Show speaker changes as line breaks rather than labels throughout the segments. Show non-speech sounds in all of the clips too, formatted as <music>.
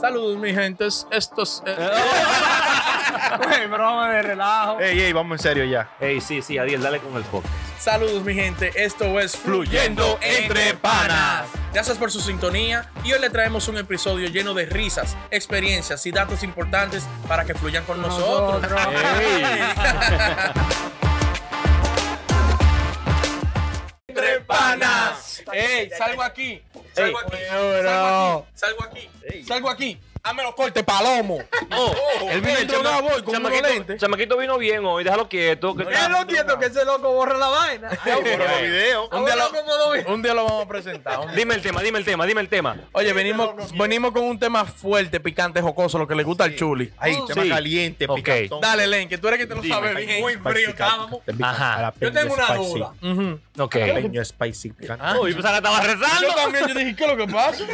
Saludos, mi gentes. Estos. eh,
<laughs> Güey, broma de relajo.
Ey, ey, vamos en serio ya.
Ey, sí, sí, Adiel, dale con el podcast.
Saludos, mi gente. Esto es
Fluyendo Entre Panas.
Gracias por su sintonía y hoy le traemos un episodio lleno de risas, experiencias y datos importantes para que fluyan con nosotros.
Nosotros.
Entre Panas. Ey, salgo aquí. Salgo aquí. Salgo aquí. Salgo aquí. Salgo aquí. Hazme los cortes, palomo.
Oh,
El vino drogado voy con unos
chamaquito,
lentes.
chamaquito vino bien hoy, déjalo quieto. Que
Es lo quieto que ese loco borra la vaina.
Por los videos.
Un día,
Ahora como lo vi.
lo, un día lo vamos a presentar. un día.
Dime el tema, dime el tema, dime el tema.
Oye, venimos, venimos con un tema fuerte, picante, jocoso, lo que le gusta al chuli.
Ay, tema
Sí.
caliente,
Ok.
picantón.
Dale, Len, que tú eres que te lo sabes bien.
Muy frío estábamos.
Ajá.
Yo
tengo una duda.
Ujú. Ah.
Ok.
Peño spicy picante.
Uy, pues ahora estaba rezando.
Yo también, yo dije, ¿qué es lo que pasa?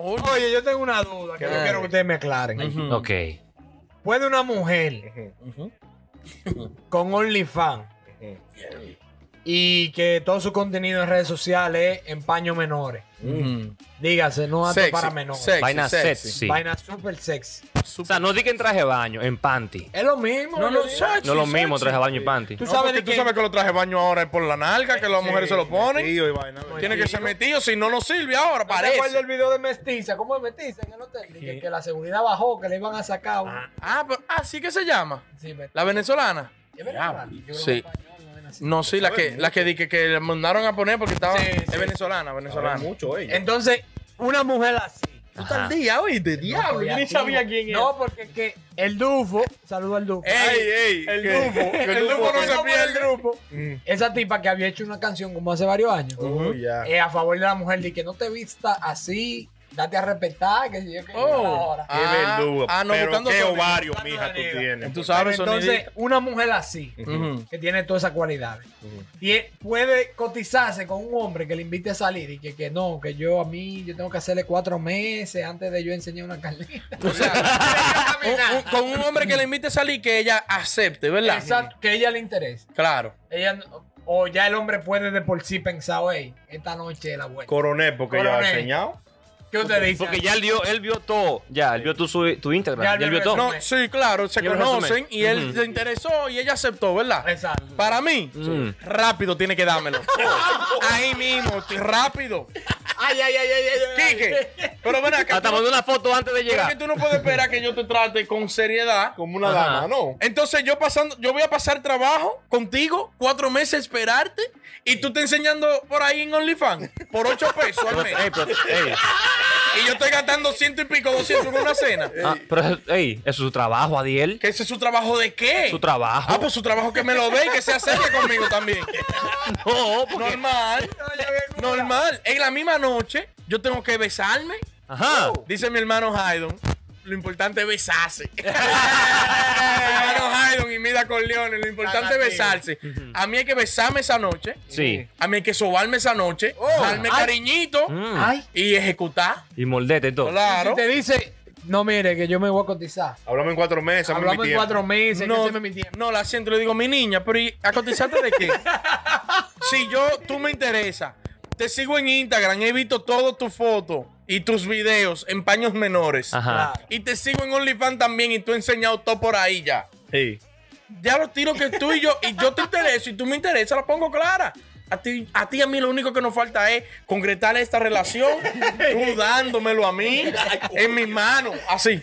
Uy,
Oye, yo tengo una duda que yo quiero que ustedes me aclaren.
ujú.
Ok.
¿Puede una mujer con OnlyFans y que todo su contenido en redes sociales es en paños menores?
Ujú.
Dígase, no apto
Sexy,
para menores.
sexy,
Vaina
sexy.
sexy.
Vaina super sexy.
O sea, no di que en traje de baño, en panty.
Es lo mismo.
No, no,
boludo.
sexy,
No lo mismo,
sexy.
traje de baño y panty.
Tú
No,
sabes
porque
de
tú
qué-
sabes que los trajes de baño ahora es por la nalga, que las mujeres se lo ponen.
Tío, y vaina.
Tiene que ser metido, si no, no sirve ahora,
¿No ¿Te acuerdas
parece.
del video de Mestiza? ¿Cómo es Mestiza en el hotel? De Que, que la seguridad bajó, que le iban a sacar. un-
Ah, pero así que se llama.
Sí, me-
La venezolana.
¿Es venezolana? Yo creo que
Sí.
es española, una vaina así.
No, sí, la que, la que, di- que, que le mandaron a poner porque estaba.
Sí, sí.
Es venezolana, venezolana.
mucho, ella.
Entonces, una mujer así.
Ajá.
día, oíste, diablo.
Oye, así, No, porque es que el Dufo, saludo al Dufo.
Ey, ey.
el
que-
grupo,
que
el
El
grupo
grupo no se
pierde.
pierde.
grupo. Esa tipa que había hecho una canción como hace varios años.
Oh,
Uy, ya.
eh, a favor de la mujer, de que no te vista así, date a respetar, que si yo que
Oh.
ahora.
Qué
Ah,
verdugo.
ah, no,
Pero
buscando
qué
sonido.
ovario,
Buscando
mija, tú
sonido.
tienes.
Tú sabes,
Pero entonces,
sonidito. Mm.
una mujer así,
Ujú.
que tiene todas esas cualidades,
Mm.
Ujú.
tie- puede cotizarse con un hombre que le invite a salir y que, que no, que yo a mí, yo tengo que hacerle cuatro meses antes de yo enseñar una carnita.
O sea, un- un- con un hombre que le invite a salir que ella acepte, ¿verdad?
Exacto, que a ella le interese.
Claro.
Ella, no- o ya el hombre puede de por sí pensar, hey, esta noche es la vuelta.
Coronel, porque ya ha
Coronel.
enseñado.
¿Qué usted dice?
Porque ya él vio, él vio todo. Ya, él vio tu, su- tu Instagram.
Ya
Ya
él
él, vio
vio
todo.
No, sí, claro, se
Yo lo
conocen
resumí.
y él
Ujú.
se interesó y ella aceptó, ¿verdad?
Exacto.
Para mí,
Mm.
rápido tiene que dármelo. Ahí mismo, t- rápido.
Ay, ay, ay, ay, ay, ay.
Quique, pero ven acá.
Hasta
tú-
mandó una foto antes de
pero es que
llegar.
tú no puedes esperar que yo te trate con seriedad.
Como una
Ajá.
dama, ¿no?
Entonces yo pasando, yo voy a pasar trabajo contigo, cuatro meses a esperarte, y tú te enseñando por ahí en OnlyFans por ocho pesos al
Pero, <laughs>
mes.
ey, pero, ey.
Y yo estoy gastando ciento y pico, doscientos en una cena.
Ah, pero, ey, eso es su trabajo, Adiel.
¿Que ese es su trabajo de qué?
Su trabajo.
Ah, pues su trabajo que me lo dé y que se acerque conmigo también.
<laughs> No, porque-
Normal. Normal. En la misma noche, yo tengo que besarme.
Ajá.
Dice mi hermano Haydon. Lo importante es besarse. <laughs> mi hermano Haydon y Mida Corleone. Lo importante es besarse. A mí hay que besarme esa noche.
Sí.
A mí hay que sobarme esa noche. darme cariñito.
Oh. Mm.
<laughs> Ay.
Y ejecutar.
Y moldete y todo.
Claro.
Si te dice, no mire, que yo me voy a cotizar.
Hablamos en cuatro meses. hazme mi
Hablamos en
tiempo.
cuatro meses, que se me mi tiempo.
no, la siento y le digo, mi niña, pero ¿y ¿a cotizarte de
<laughs>
qué? si yo, tú me interesa, te sigo en Instagram, he visto todas tus fotos y tus videos en paños menores.
Ajá.
Claro.
Y te sigo en OnlyFans también y tú has enseñado todo por ahí ya.
Sí.
Ya los tiros que tú y yo, y yo te intereso y tú me interesa, la pongo clara. A ti, a ti y a mí lo único que nos falta es concretar esta relación, tú dándomelo a mí, en mis manos, así.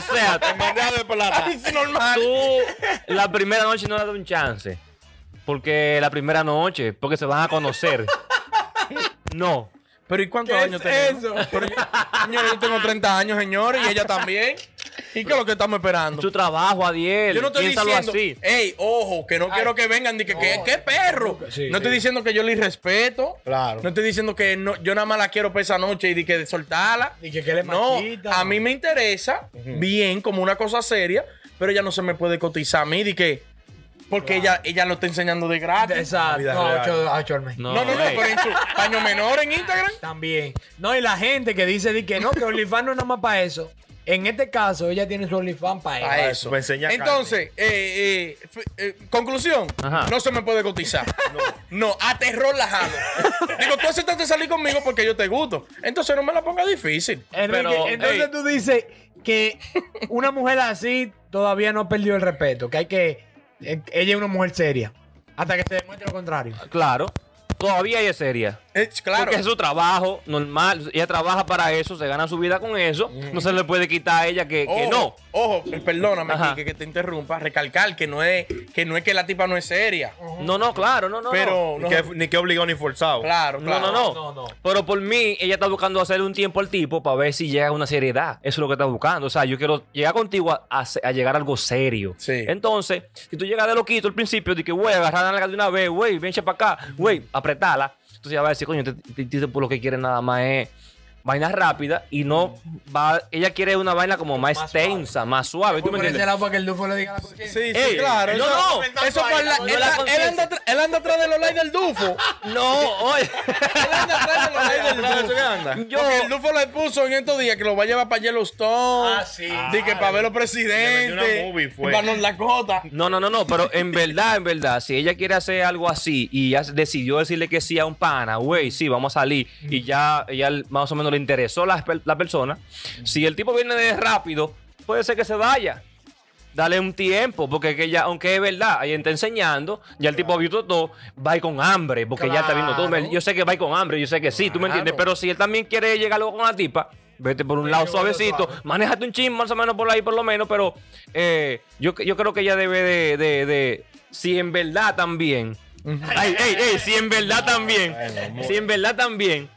<laughs>
sea, te
Mandado de plata.
Así normal.
tú la primera noche no le das un chance. Porque la primera noche, porque se van a conocer.
<laughs>
No.
Pero ¿y cuántos
¿Qué
años
es
tenemos?
eso?
Pero yo- señores, yo tengo 30 años, señores, y ella también. ¿Y qué es lo que estamos esperando?
Tu trabajo, Adiel.
Yo no estoy
Piénsalo
diciendo,
así.
ey, ojo, que no quiero que vengan de que, que- ¿qué perro.
Sí,
no estoy diciendo que yo le irrespeto.
Claro.
No estoy diciendo que no- yo nada más la quiero para esa noche y de que soltarla.
Y que, que le
No,
machita,
a mí me interesa bien como una cosa seria, pero ella no se me puede cotizar a mí de que porque ella ella lo está enseñando de gratis.
Exacto.
Vida
No,
real.
ocho, ocho al mes.
No,
No, no, no,
ey.
pero en su paño menor en Instagram.
<laughs> También. No, y la gente que dice di que no, que OnlyFans no es nada más para eso. En este caso, ella tiene su OnlyFans para
A
eso.
eso.
me enseña
Entonces, eh, eh, f- eh, conclusión,
Ajá.
no se me puede cotizar.
<laughs>
No, a terror la jalo. Digo, tú aceptaste salir conmigo porque yo te gusto. Entonces no me la ponga difícil.
Enrique,
Pero,
entonces
ey.
tú dices que una mujer así todavía no ha perdido el respeto, que hay que... eh, Ella es una mujer seria, hasta que se demuestre lo contrario.
Claro. Todavía ella es seria.
Eh, claro.
Porque es su trabajo normal. Ella trabaja para eso, se gana su vida con eso.
Mm.
No se le puede quitar a ella que, que
Ojo,
no.
Ojo, eh, perdóname,
Ajá.
Quique, que te interrumpa. Recalcar que no es que no es que la tipa no es seria.
No, no, claro, no, no. no.
Pero
Ni,
no,
que, ni que obligado ni forzado.
claro,
No,
claro.
no, no.
No, no.
Pero por mí, ella está buscando hacerle un tiempo al tipo para ver si llega a una seriedad. Eso es lo que está buscando. O sea, yo quiero llegar contigo a, a se- a llegar a algo serio.
Sí.
Entonces, si tú llegas de loquito al principio, de que, güey, agarrar la nalga de una vez, güey, ven para acá, güey, apretala. Entonces ella va a decir, coño, este- este tipo por lo que quiere nada más es vaina rápida y no va. Ella quiere una vaina como más,
Más suave.
tensa, más suave. ¿Tú me
Por ese
entiendes?
lado para que el Dufo le diga la conciencia.
Sí, sí,
Ey,
claro.
no,
eso-
no.
Eso para la,
No,
él,
la
él anda, atr- él anda atrás de los likes del Dufo.
No, oye.
Él anda atrás de los likes del
Claro,
Dufo.
eso que anda.
Yo-
Porque el Dufo le puso en estos días que lo va a llevar para Yellowstone.
Ah, sí.
Di que para ver los presidentes.
una movie, fue.
Para los Lakota.
No, no, no, no, pero en verdad, en verdad, si ella quiere hacer algo así y ya decidió decirle que sí a un pana, güey, sí, vamos a salir, y ya, ya más o menos le interesó la, per- la persona, si el tipo viene de rápido, puede ser que se vaya. Dale un tiempo, porque que ya, aunque es verdad, ella está enseñando, ya el tipo ha visto todo, va a ir con hambre, porque ya está viendo todo.
Claro.
Yo sé que va a ir con hambre, yo sé que sí, tú me entiendes, pero si él también quiere llegar luego con la tipa, vete por un
Sí,
lado
yo voy
suavecito,
suave.
manéjate un chin más o menos por ahí por lo menos, pero eh, yo, yo creo que ella debe de, de- de- si en verdad también, ay, ey, ey, si en verdad también, si en verdad también,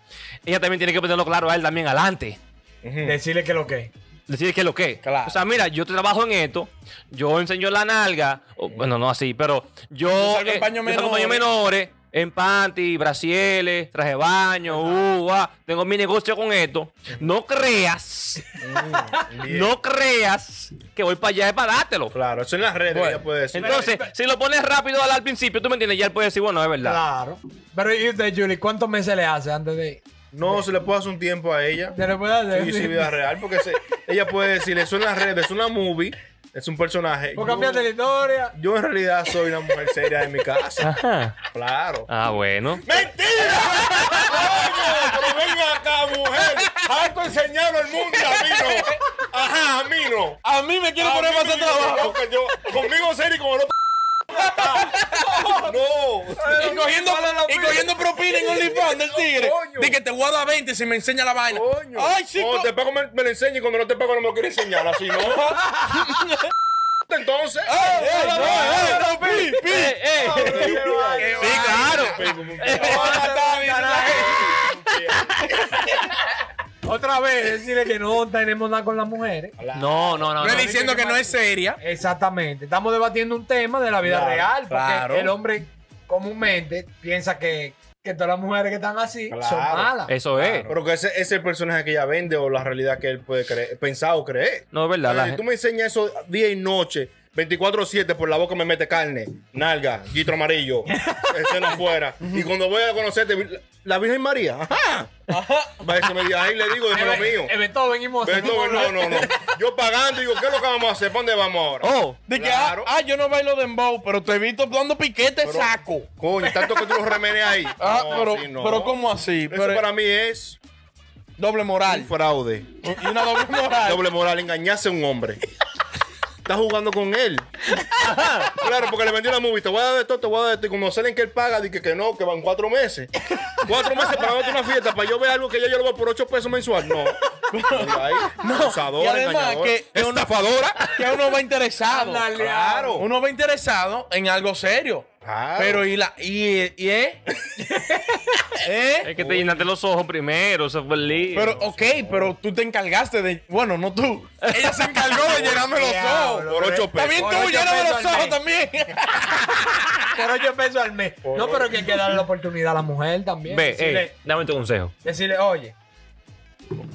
ella también tiene que ponerlo claro a él también adelante.
Decirle que lo que.
Decir que lo que.
Claro.
O sea, mira, yo trabajo en esto, yo enseño la nalga, o- bueno, no así, pero yo, eh,
Yo salgo en paños
yo salgo en paños menores, en panty, brasieles, traje de baño, uva, tengo mi negocio con esto. No creas, no creas que voy para allá es para dártelo.
Claro, eso en las redes
Bueno,
ya puede decir.
Entonces, si lo pones rápido al, al principio, tú me entiendes, ya él puede decir, bueno, es verdad.
Claro. Pero y usted, Julie, ¿cuántos meses le hace antes de.?
no se le puede hacer un tiempo a ella.
¿Se le puede hacer?
Sí, sí, vida real, porque se- ella puede decir, eso en las redes, es una movie, es un personaje.
Pues
Yo-
cambiaste la historia.
Yo en realidad soy una mujer seria en mi
<laughs>
casa.
Ajá.
Claro.
Ah, bueno.
Pero venga acá, mujer. A esto enseñaron al mundo y a mí no. Ajá, a mí no.
A mí me quiero poner más a trabajo.
conmigo serio y con el No.
Y cogiendo, y cogiendo propina en OnlyFans del tigre.
Coño.
Di que te voy a dar 20 si me enseña la vaina. Ay, sí. co- Eh,
Cuando te pago me, me lo enseña y cuando no te pago no me lo quiere enseñar. Así no. Entonces.
Ey, ey, no, ey, eh, no, pi, pi.
Eh, eh. Sí, claro.
Ahora Eh, está bien,
Otra vez, decirle que no tenemos nada con las mujeres.
No, no, no.
No
no.
es diciendo que no es seria.
Exactamente. Estamos debatiendo un tema de la vida
Claro,
real. Porque
claro.
el hombre comúnmente piensa que, que todas las mujeres que están así son
Claro.
malas.
Eso es.
Pero que ese ese es el personaje que ella vende o la realidad que él puede creer, pensar o creer.
No, es verdad. la
Si
gente-
Eh, tú me enseñas eso día y noche, 24-7, por la boca me mete carne, nalga, gitro amarillo, escena afuera. Y cuando voy a conocerte, la- la Virgen María, ajá. Va a decirme, ahí le digo, de lo mío.
Eh, Beethoven y Mozart.
Pero no, no, no. Yo pagando, digo, ¿qué es lo que vamos a hacer? ¿Para dónde vamos ahora?
Oh,
De que,
Claro.
ah, ah, yo no bailo dembow, pero te he visto dando piquete
Pero-
saco.
Coño, tanto que tú lo remenes ahí.
Ah,
No,
pero,
así no.
pero ¿cómo así?
Eso
Pero-
para mí es
doble moral.
un fraude.
Y una doble moral.
Doble moral, engañarse a un hombre.
<laughs>
Está jugando con él. claro, porque le vendió la movie. Te voy a dar de esto, te voy a dar de esto. Y cuando salen que él paga, dice que no, que van cuatro meses. Cuatro meses para darte una fiesta, para yo ver algo que ya yo lo voy por ocho pesos mensual.
<laughs>
No. Ahí, abusadora,
y además
engañadora.
que- que uno-
estafadora.
Que uno va interesado.
Ándale,
Claro.
Uno va interesado en algo serio.
Claro.
Pero y la. Y, y es. ¿Eh?
es que te llenaste los ojos primero, eso fue el lío.
Pero, ok, pero tú te encargaste de. Bueno, no tú. Ella se encargó de
<laughs>
llenarme los ojos.
Diablo,
Por ocho pesos.
También
Por
tú,
ocho
lléname
pesos
los
al
ojos
mes.
también.
Pero yo pesos al mes. No, pero que hay que darle la oportunidad a la mujer también.
Ve,
decirle,
eh, dame tu consejo.
decirle, oye,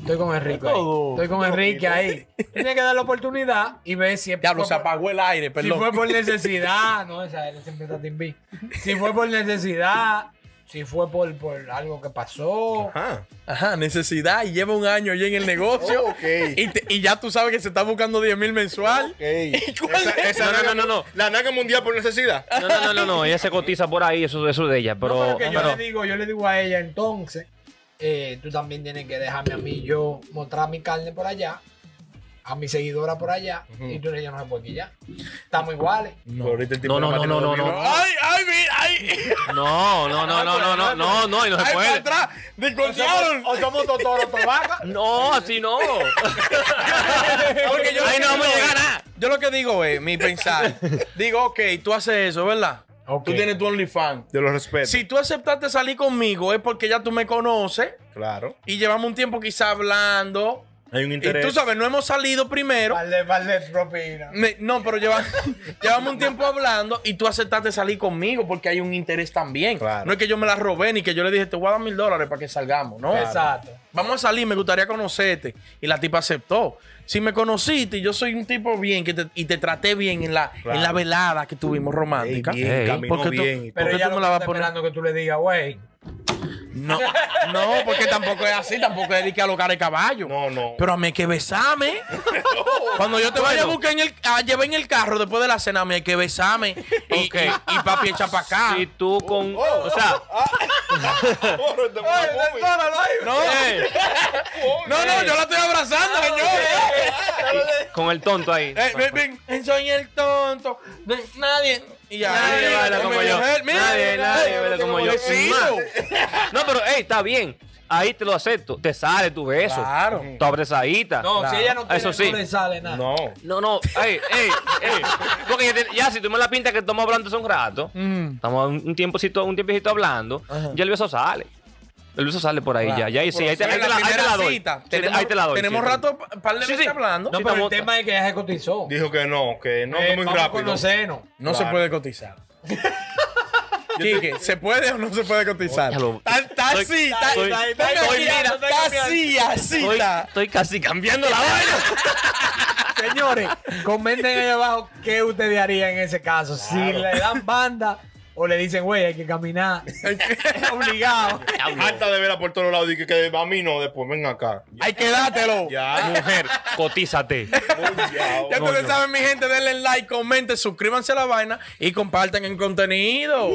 estoy con Enrique. ahí.
Todo.
Estoy con Enrique ahí. Tiene que dar la oportunidad y ver si
Diablo,
fue
se
por-
apagó el aire,
Si
perdón.
fue por necesidad, no, esa él siempre está timbi. Si fue por necesidad, si fue por, por algo que pasó.
Ajá.
Ajá, necesidad y lleva un año ya en el negocio.
Oh, ok.
y, te- y ya tú sabes que se está buscando 10 mil mensual.
Ok.
<laughs>
cuál
Esa,
es?
esa
No, no,
naga-
no, no, no.
La naga mundial por necesidad.
No, no, no, no, no, Ella se cotiza por ahí, eso, eso es de ella. Pero,
No, pero que yo,
pero-
le digo, yo le digo a ella entonces, eh, tú también tienes que dejarme a mí yo mostrar mi carne por allá, a mi seguidora por allá, y tú ella no se puede quillar. Estamos iguales.
No, ahorita el
No, no,
nada más
no,
tiene
no,
dos
no,
mil-
Ay, ay, mi- ay.
no, no, no, no, no, no, no, no, y no se
Ay, para
puede.
atrás. Discordearon.
O somos totoros por vaca.
No, así no.
Porque yo lo
Ahí
que
no vamos a
digo es-
llegar a nada.
Yo lo que digo es, mi pensar. digo, ok, tú haces eso, ¿verdad?
Ok.
Tú tienes tu OnlyFans.
Yo lo respeto.
Si tú aceptaste salir conmigo es porque ya tú me conoces
Claro.
y llevamos un tiempo quizá hablando.
Hay un
Y
interés.
tú sabes, no Mm. hemos salido primero.
Par de, par de propina.
Me- no, pero lleva- <laughs> llevamos un tiempo hablando y tú aceptaste salir conmigo porque hay un interés también.
Claro.
No es que yo me la robé ni que yo le dije, te voy a dar mil dólares para que salgamos, ¿no?
Exacto.
Vamos a salir, me gustaría conocerte. Y la tipa aceptó. Si me conociste y yo soy un tipo bien que te- y te traté bien en la,
Claro.
en la velada que tuvimos
Ey,
romántica.
bien,
Ey,
caminó
porque tú-
bien.
¿Por
Pero
qué
ella
tú
no
me la vas
está
a poner?
esperando que tú le digas, güey.
No, no, porque tampoco es así, tampoco es de que alocar el caballo.
No, no.
Pero a mí hay que
<laughs>
besame. Cuando yo te vaya a buscar en el, a llevar en el carro después de la cena, a mí hay que besame. Y,
Ok.
y- y papi echa para acá. Oh, Ah,
Si tú con. O sea,
Porro, te
Ay,
voy a comer.
perdónalo, ay.
No,
eh,
no, no, yo la estoy abrazando, señor.
con el tonto ahí.
Eh, ven, ven, ven, soy el tonto. Ven, nadie. Y ya.
Nadie
Mira,
baila
con
como
mi
yo.
mujer, mira.
Nadie, nadie
Eh,
baila como yo.
pobrecito.
No, pero, hey, está bien. Ahí te lo acepto. Te sale tu beso.
Claro.
Tu apresadita.
No, si ella no quiere,
Eso sí.
no le sale nada.
No.
No, no, ey, ey, ey. Porque ya, te- ya, si tú me la pinta que estamos hablando hace un rato, estamos un, un tiempocito, un tiempecito hablando, ya el beso sale. El beso sale por ahí ya. Ya ahí sí, ahí te, ahí
Mira,
te la,
la
ahí te la
primera
doy.
cita.
Sí, te-
Tenemos,
ahí te la doy.
tenemos
sí, te-
rato, un par de
Sí,
veces
sí.
hablando.
No,
Sí,
pero el
estamos-
tema es que ella se cotizó.
Dijo que no, que no,
Eh,
que muy
vamos a
rápido.
conocernos.
No
Claro.
se puede
<laughs>
cotizar. Quique, ¿se puede o no se puede cotizar?
Ya lo-
Está está
Estoy-
así, está
estoy-
está-
estoy-
está
estoy-
mira,
mira,
está así, así
Estoy,
está.
estoy casi cambiando
<laughs>
la vaina.
Señores, <laughs> comenten ahí abajo qué ustedes harían en ese caso. Si le dan banda o le dicen, güey, hay que caminar.
<laughs>
<laughs> Obligado.
Harta de verla por todos lados. Dije que a mí no, después ven acá.
Hay que dátelo. Ya,
Ya,
<laughs>
mujer.
Cotízate.
Ya,
ustedes
no.
saben, mi gente, denle like, comenten, suscríbanse a la vaina y compartan el contenido.